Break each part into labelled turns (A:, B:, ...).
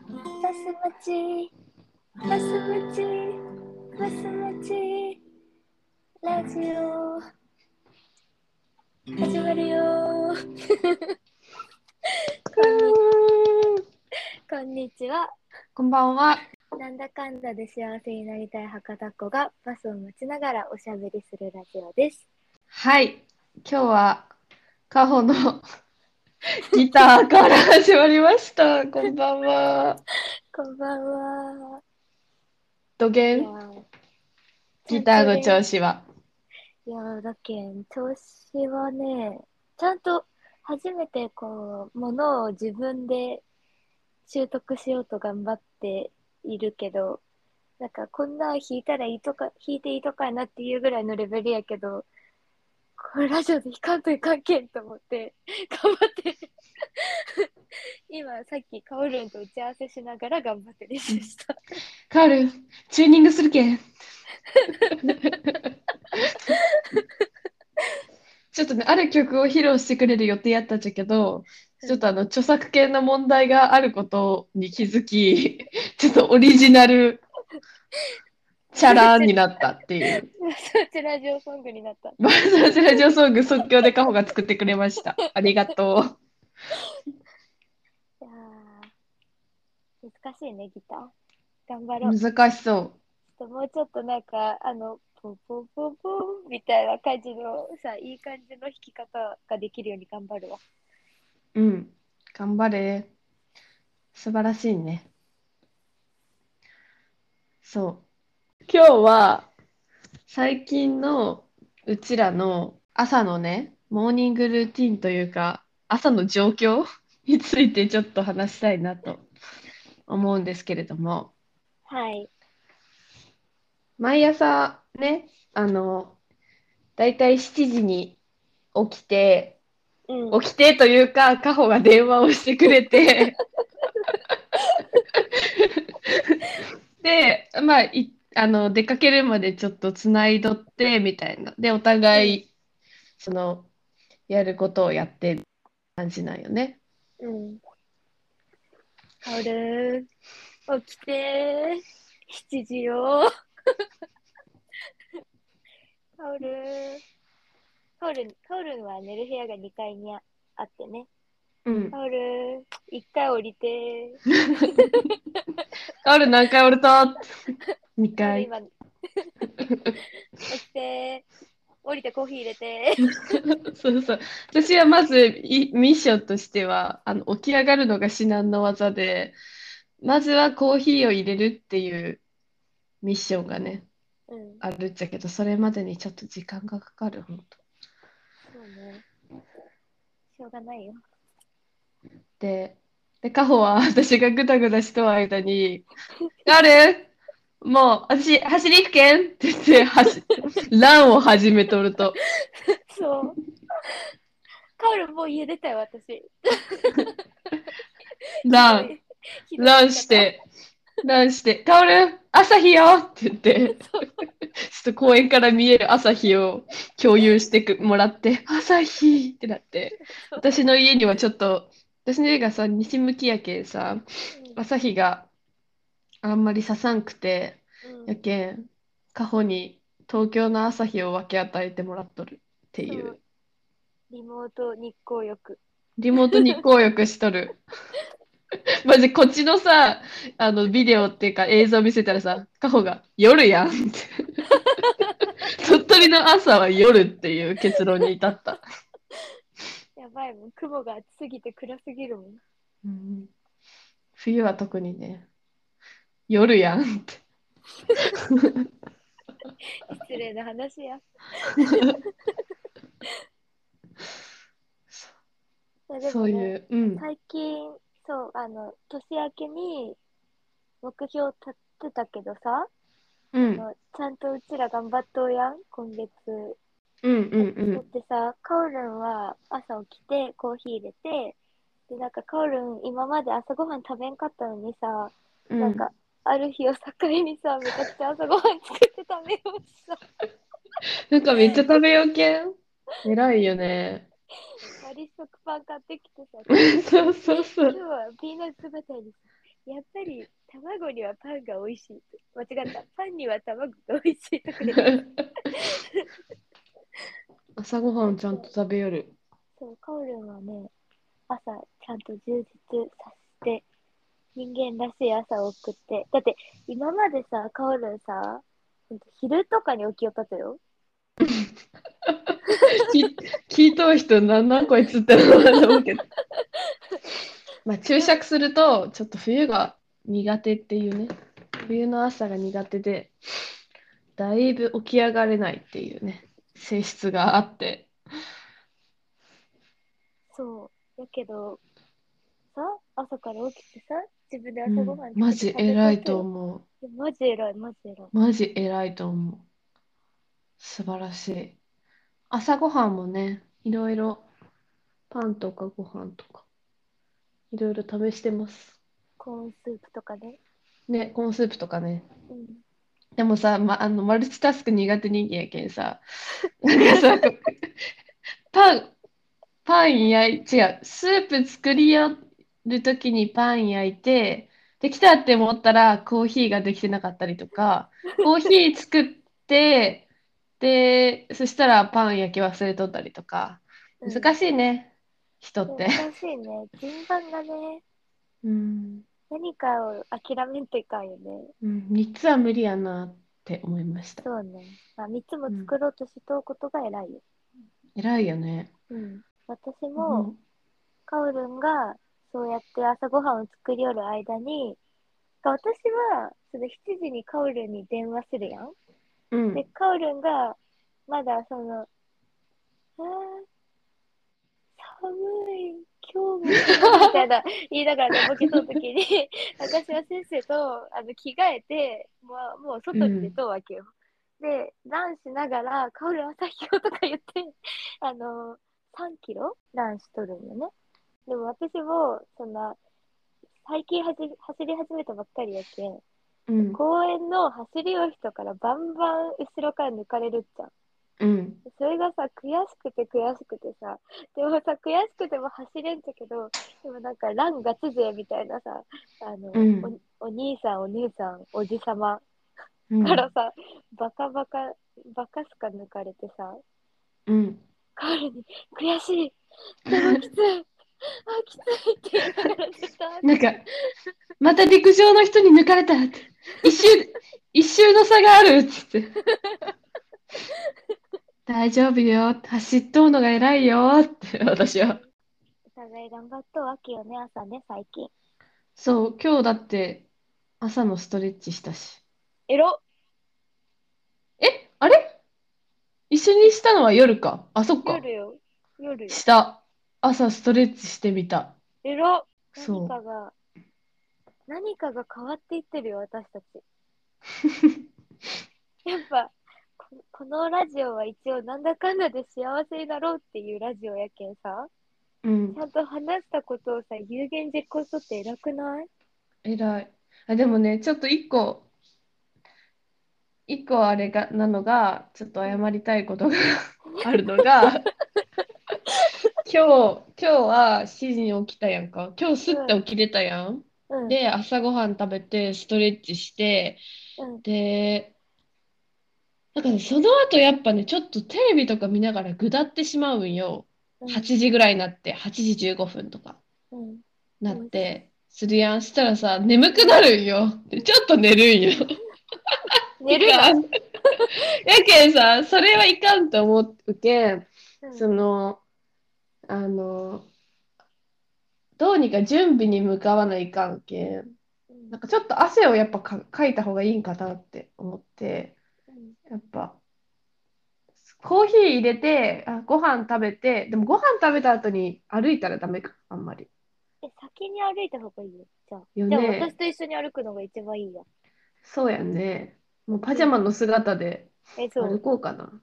A: マスムチマスムチマスムチラジオ始まるよこんにこんにちは
B: こんばんは。
A: なんだかんだで幸せになりたい博多っ子がバスを待ちながらおしゃべりするラジオです
B: はい。今日は、カホの ギターから始まりました。こんばんは。
A: こんばんは
B: どげん、ギターの調子は。
A: いやーだけん調子はねちゃんと初めてこうものを自分で習得しようと頑張っているけどなんかこんなん弾いたらいいとか弾いていいとかやなっていうぐらいのレベルやけどこれラジオで弾かんといかんけんと思って頑張って今さっきカオルンと打ち合わせしながら頑張って練習した
B: カール、チューニングするけん。ちょっとね、ある曲を披露してくれる予定やったっちゃけど、ちょっとあの、著作権の問題があることに気づき、ちょっとオリジナル、チャラーになったっていう。
A: そっちラジオソングになった
B: バーサラジラジオソング即興でカホが作ってくれました。ありがと
A: いやー難しいね、ギター。頑張ろう。
B: う。
A: ち
B: 難しそ
A: ょっともうちょっとなんか、あの、ポンポンポンポンみたいな感じのさ、いい感じの弾き方ができるように頑張るわ。
B: う。うん。頑張れ。素晴らしいね。そう。今日は最近のうちらの朝のね、モーニングルーティンというか、朝の状況 についてちょっと話したいなと思うんですけれども。
A: はい。
B: 毎朝ね、あの、だいたい7時に起きて、
A: うん。
B: 起きてというか、カホが電話をしてくれて、で、まあ、い、あの、出かけるまでちょっとつないどって、みたいな。で、お互い、その、やることをやって、感じなんよね。
A: うん。カオルー、起きてー。7時よ ー。カオルー。カオルン、カオルンは寝る部屋が2階にああってね。
B: うん。
A: カオルー、1階降りてー。
B: ある何回おると
A: ち
B: ?2
A: ょっと
B: 回。
A: 今 起きて降りてコーヒー入れて
B: そうそう。私はまずいミッションとしては、あの、起き上がるのが至難の技で、まずはコーヒーを入れるっていうミッションがね、
A: うん
B: あるっちゃけど、それまでにちょっと時間がかかる、ほんと。
A: そうねしょうがないよ
B: で、で、カホは私がぐだぐだしとる間に、あるもう、私、走り行くけんって言って、走、ランを始めとると。
A: そうカオルもう家出たよ私
B: ラン、
A: ひどい
B: ランして、ランして、カオル、朝日よって言って、ちょっと公園から見える朝日を共有してくもらって、朝日ってなって、私の家にはちょっと、私の家がさ、西向きやけんさ、朝日があんまりささんくて、
A: うん
B: やけん、カホに東京の朝日を分け与えてもらっとるってい
A: そうう、リモート日光浴
B: リモート日光浴しとる。 マジ、こっちのさ、あの、ビデオっていうか映像見せたらさ、カホが夜やんって。鳥取の朝は夜っていう結論に至った。
A: やばいもん雲が厚すぎて暗すぎるもん
B: 冬は特にね、夜やんって。
A: 失礼な話 やいやでもね
B: そういう、うん。
A: 最近そうあの年明けに目標立ってたけどさ、
B: うん、
A: ちゃんとうちら頑張っとうやん今月
B: うん、うん、う
A: だっ
B: ん。
A: てさカオルンは朝起きてコーヒー入れてでなんかカオルン今まで朝ごはん食べんかったのにさ、
B: うん
A: なんかある日を境にさめちゃくちゃ朝ごはん作って食べようしさ
B: なんかめっちゃ食べようけん。偉いよね。
A: 割り食パン買ってきてさ
B: そうそうそ
A: 今日
B: う。
A: はピーナッツバターにやっぱり卵にはパンが美味しいと。間違った。パンには卵が美味しいとか言って
B: 朝ごはんちゃんと食べよる。
A: そう、カオルンはね、朝ちゃんと充実させて、人間らしい朝を送って。だって、今までさ、カオルンさ、ほんと昼とかに起きよかったよ。
B: き聞いとう人なんなんこいつって思うけど。まあ注釈するとちょっと冬が苦手っていうね冬の朝が苦手でだいぶ起き上がれないっていうね性質があって
A: そう。だけど、さ、朝から起きてさ、自分で朝ごはん
B: うんマジ偉いと思
A: う。いやマジ偉い、マジ偉い。
B: うマジ偉いと思う素晴らしい朝ごはんもねいろいろパンとかご飯とかいろいろ試してます
A: コーンスープとかね。
B: ねコーンスープとかね
A: うん。
B: でもさ、ま、あのマルチタスク苦手人間やけんさ、なんかさ、パン、パン焼い、違う、スープ作りよるときにパン焼いて、できたって思ったらコーヒーができてなかったりとか、コーヒー作って、で、そしたらパン焼き忘れとったりとか、難
A: し
B: しいね、人って。
A: 難しいね。順番がね、
B: うん、
A: 何かを諦めんといかんよね。
B: うん、3つは無理やなって思いました。
A: そうね。まあ、3つも作ろうとしとうことが偉いよ。
B: 偉いよね。
A: うん。私も、カオルンが、そうやって朝ごはんを作りよる間に、私は、その7時にカオルンに電話するやん。
B: うん、うん
A: で、カオルンが、まだその、あー寒い、今日も寒いみたい な言いながら寝ぼけとうときに、私は先生とあの着替えて、まあ、もう外に出とうわけよ。で、ランしながら、カオルン朝日をとか言って、あの、3キロランしとるんよね。でも私も、そんな、最近はじ走り始めたばっかりやけん、
B: うん、
A: 公園の走りを人からバンバン後ろから抜かれるじゃん。
B: うん。
A: それがさ、悔しくて悔しくてさ、でもさ、悔しくても走れんだけど、でもなんか、ランガチ勢みたいなさ、あの、
B: うん
A: おお兄さん、お姉さん、おじさま
B: うん
A: からさ、バカバカ、バカすか抜かれてさ、
B: うん。
A: カールに、悔しいでもきついあ、きついって言いながらずっと走って
B: なんか、また陸上の人に抜かれたって。一周、 一周の差があるっつ って。大丈夫よ。走っとうのが偉いよって、私は。
A: お互い頑張っとうわけよね、朝ね、最近。
B: そう、今日だって、朝のストレッチしたし。
A: エロ
B: え、あれ一緒にしたのは夜か。あ、そっか。
A: 夜よ。夜よ。
B: した。朝ストレッチしてみた。
A: エロ
B: そう
A: 何かが、何かが変わっていってるよ、私 たち。やっぱこ、このラジオは一応なんだかんだで幸せになろうっていうラジオやけんさ、
B: うん
A: ち。ゃんと話したことをさ、有言実行しとって偉くない
B: 偉い。あ、でもね、ちょっと一個、一個あれが、なのが、ちょっと謝りたいことがあるのが、今日、今日は7時に起きたやんか。今日すって起きれたやん。
A: うん。
B: で、朝ごはん食べて、ストレッチして、
A: うん、
B: で、なんかね、その後やっぱね、ちょっとテレビとか見ながらぐだってしまうんよ。
A: うん
B: 8時ぐらいになって、8時15分とか。
A: うん。
B: なって、するやん。したらさ、眠くなるんよ。でちょっと寝るんよ。
A: 寝るよ
B: いか んやけんさ、それはいかんと思うけん、
A: うん
B: その、あの、どうにか準備に向かわないかんけん、
A: うん
B: なんかちょっと汗をやっぱかかいた方がいいんかなって思って、
A: うん
B: やっぱ、コーヒー入れて、あ、ご飯食べて、でもご飯食べた後に歩いたらダメか、あんまり。
A: え、先に歩いた方がいいよ。じゃあ、
B: よ
A: じゃあ
B: ね
A: 私と一緒に歩くのが一番いいや。
B: そうやね。もうパジャマの姿で
A: え、そ
B: 歩
A: う。
B: こうかな。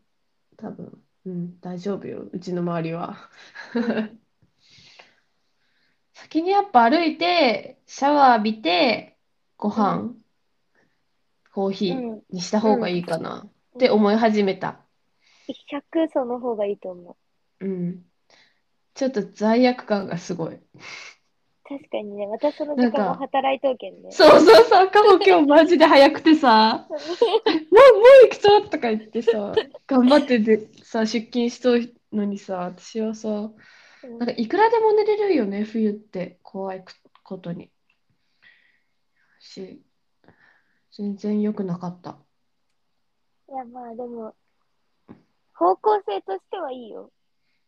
B: 多分。うん、大丈夫よ。うちの周りは。先にやっぱ歩いて、シャワー浴びて、ご飯、
A: う
B: コーヒ
A: う
B: ー
A: ん。
B: にした方がいいかなって思い始めた。
A: 100その方がいいと思う。
B: うん。ちょっと罪悪感がすごい。
A: 確かにね、またその時間
B: な
A: も
B: んか
A: 働いとうけんね。
B: そうそうそう、 かも今日マジで早くて さ、もう、もう行くぞとか言ってさ、頑張ってでさ、出勤しとうのにさ、私はさ、
A: うん
B: なんかいくらでも寝れるよね、冬って、怖いことに。し、全然良くなかった。
A: いや、まあでも、方向性としてはいいよ。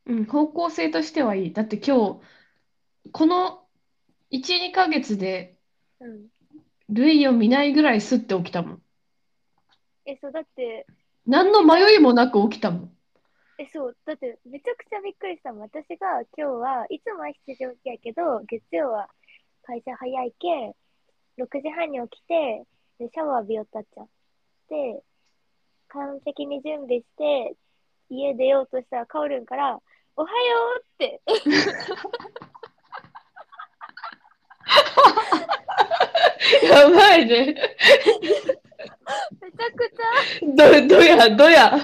B: うん、方向性としてはいい。だって今日、この1、2ヶ月で
A: うん。
B: 類を見ないぐらいスッて起きたもん。
A: え、そう、だって、
B: 何の迷いもなく起きたもん。
A: え、そう、だって、めちゃくちゃびっくりしたもん。私が今日はいつもは7時起きやけど、月曜は会社早いけ、6時半に起きて、で、シャワー浴びよったっちゃん。で、完璧に準備して、家出ようとしたら、カオルンから、おはようって。
B: やばいね。
A: めちゃくちゃ、
B: ど、どや、どや、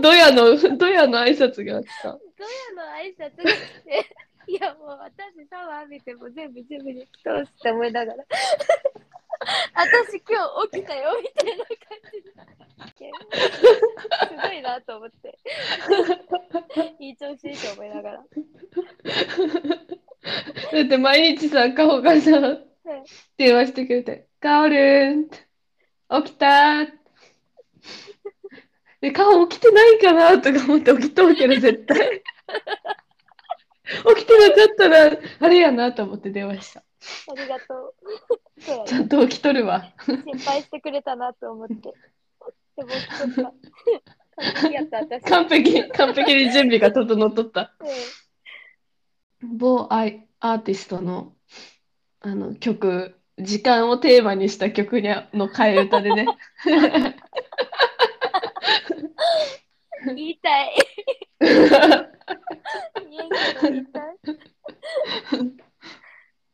B: どやの、どやの挨拶が来た。
A: ドヤの挨拶が来て、 いや、もう私シャワー浴びても全部準備に通すって思いながら。私今日起きたよみたいな感じになってすごいなと思っていい調子いいと思いながら
B: だって毎日さ、カホがさ、電話してくれて、カオルンって、起きたーで、カホ起きてないかなとか思って起きとうけど、絶対。 起きてなかったら、あれやなと思って電話し
A: あ
B: た。
A: りがとうそうや
B: ちゃんと起きとるわ。
A: ね心配してくれたなと思ってでも起き とった完璧やった私
B: 完璧、完璧に準備が整っとった。某アイアーティストの、あの曲、時間をテーマにした曲にゃの替え歌でね、
A: うん言いたい言えんけど言いたい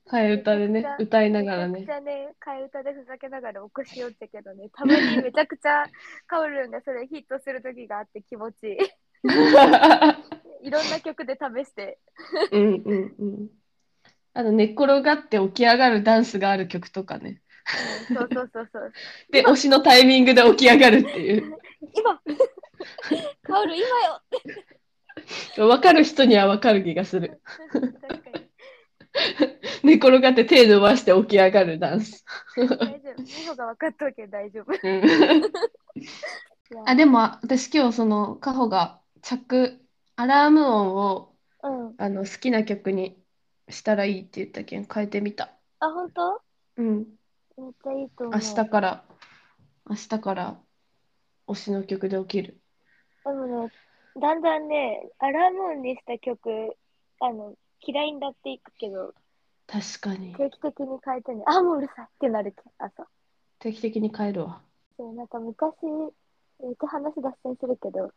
B: 替え歌でね、歌いながら
A: め
B: ね
A: ちゃ、くちゃね、替え歌でふざけながら起こしよってけどね、たまにめちゃくちゃカオルンがそれヒットする時があって気持ちい い。いろんな曲で試して。
B: うんうんうん。あの、寝っ転がって起き上がるダンスがある曲とかね。
A: うんそうそうそうそう。
B: で、推しのタイミングで起き上がるっていう。
A: 今カオルン今よ
B: 分かる人には分かる気がする。
A: 確かに。
B: 寝っ転がって手伸ばして起き上がるダンス。
A: 大丈 夫。美穂が分かっとうけん大丈夫。い
B: うん
A: や
B: あ、でも私今日そのカホが着アラーム音を
A: うん。
B: あの好きな曲にしたらいいって言ったけん変えてみた。
A: あ、本当
B: うん。
A: めっちゃいいと思う。
B: 明日から明日から推しの曲で起きる。
A: でもね、だんだんね、アラーム音にした曲、あの、嫌いになっていくけど、
B: 確かに。
A: 定期的に変えてね、あ、もううるさいってなるけん、朝。
B: 定期的に変えるわ。
A: そう、なんか昔、めっちゃ話脱線するけど、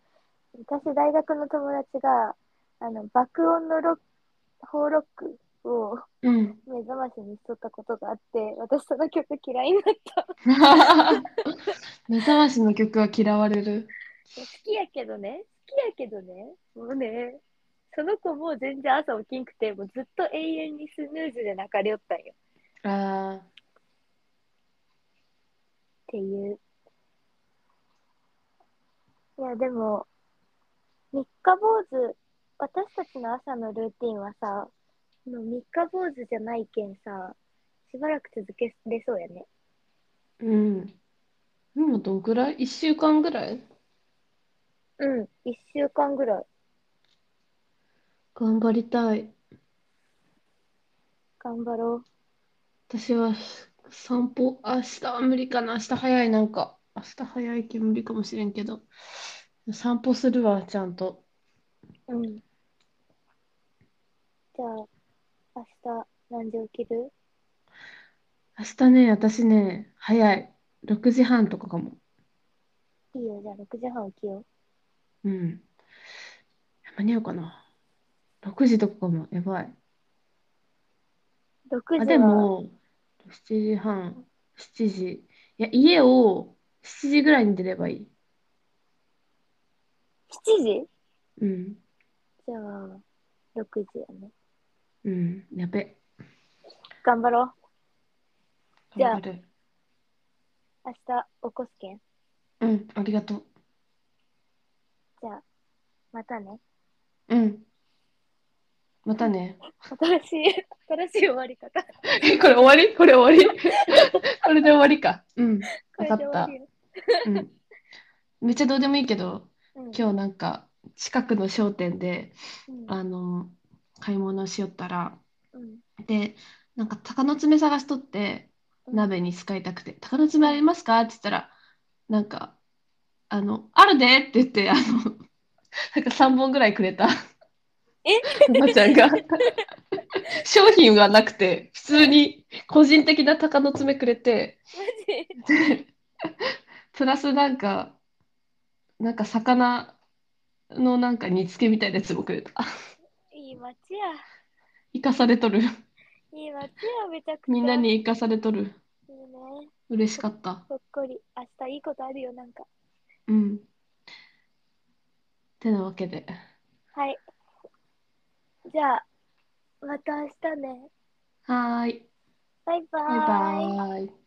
A: 昔大学の友達が、あの、爆音のロック、ホーロックを
B: うん。
A: 目覚ましにしとったことがあって、私その曲嫌いになった。
B: 目覚ましの曲は嫌われる。
A: 好きやけどね、好きやけどね、もうね、その子もう全然朝起きんくて、もうずっと永遠にスヌーズで泣かれよったんよ。っ
B: ああ。
A: ていう。いや、でも、三日坊主、私たちの朝のルーティンはさ、もう三日坊主じゃないけんさ、しばらく続けれそうやね。
B: うん。今どんぐらい ?1 週間ぐらい
A: うん、一週間ぐらい。
B: 頑張りたい。
A: 頑張ろう。
B: 私は散歩、明日は無理かな。明日早い、なんか。明日早いけ無理かもしれんけど。散歩するわ、ちゃんと。
A: うん。じゃあ、明日何時起きる
B: 明日ね、私ね、早い。6時半とかかも。
A: いいよ、じゃあ6時半起きよう。
B: うん。間に合うかな。6時とかかも。やばい。
A: 6時
B: あ、
A: は
B: でも、7時半、7時。いや、家を7時ぐらいに出ればいい。
A: 7時
B: うん。
A: じゃあ、6時やね。
B: うん。やべ。
A: 頑張ろう。じゃあ
B: 頑張る。
A: 明日起こすけん。
B: うん、ありがとう。
A: じゃあ、またね。
B: うん。またね。
A: 新しい、 新しい終わり方。
B: え、これ終わりこれ終わり これで終わりか。うん。
A: これで終わりよ。
B: うん。めっちゃどうでもいいけど、
A: うん、
B: 今日なんか、近くの商店で、
A: うん
B: あの、買い物しよったら、
A: うん
B: で、なんか、鷹の爪探しとって、
A: うん
B: 鍋に使いたくて、鷹の爪ありますかって言ったら、なんか、あの、あるでって言って、あの、なんか3本ぐらいくれた。
A: え
B: おばちゃんが。商品はなくて、普通に個人的な鷹の爪くれて、
A: マ
B: プラスなんか、なんか魚のなんか煮付けみたいなやつもくれた。あ
A: ジいい街や。
B: 生かされとる。
A: いい街や、めちゃくちゃ。
B: みんな。に生かされとる。
A: いいね。
B: 嬉しかった。
A: ほっこり。明日いいことあるよ、なんか。
B: うん。てなわけで。
A: はい。じゃあ、また明日ね。
B: はーい。
A: バイバ
B: バイバーイ。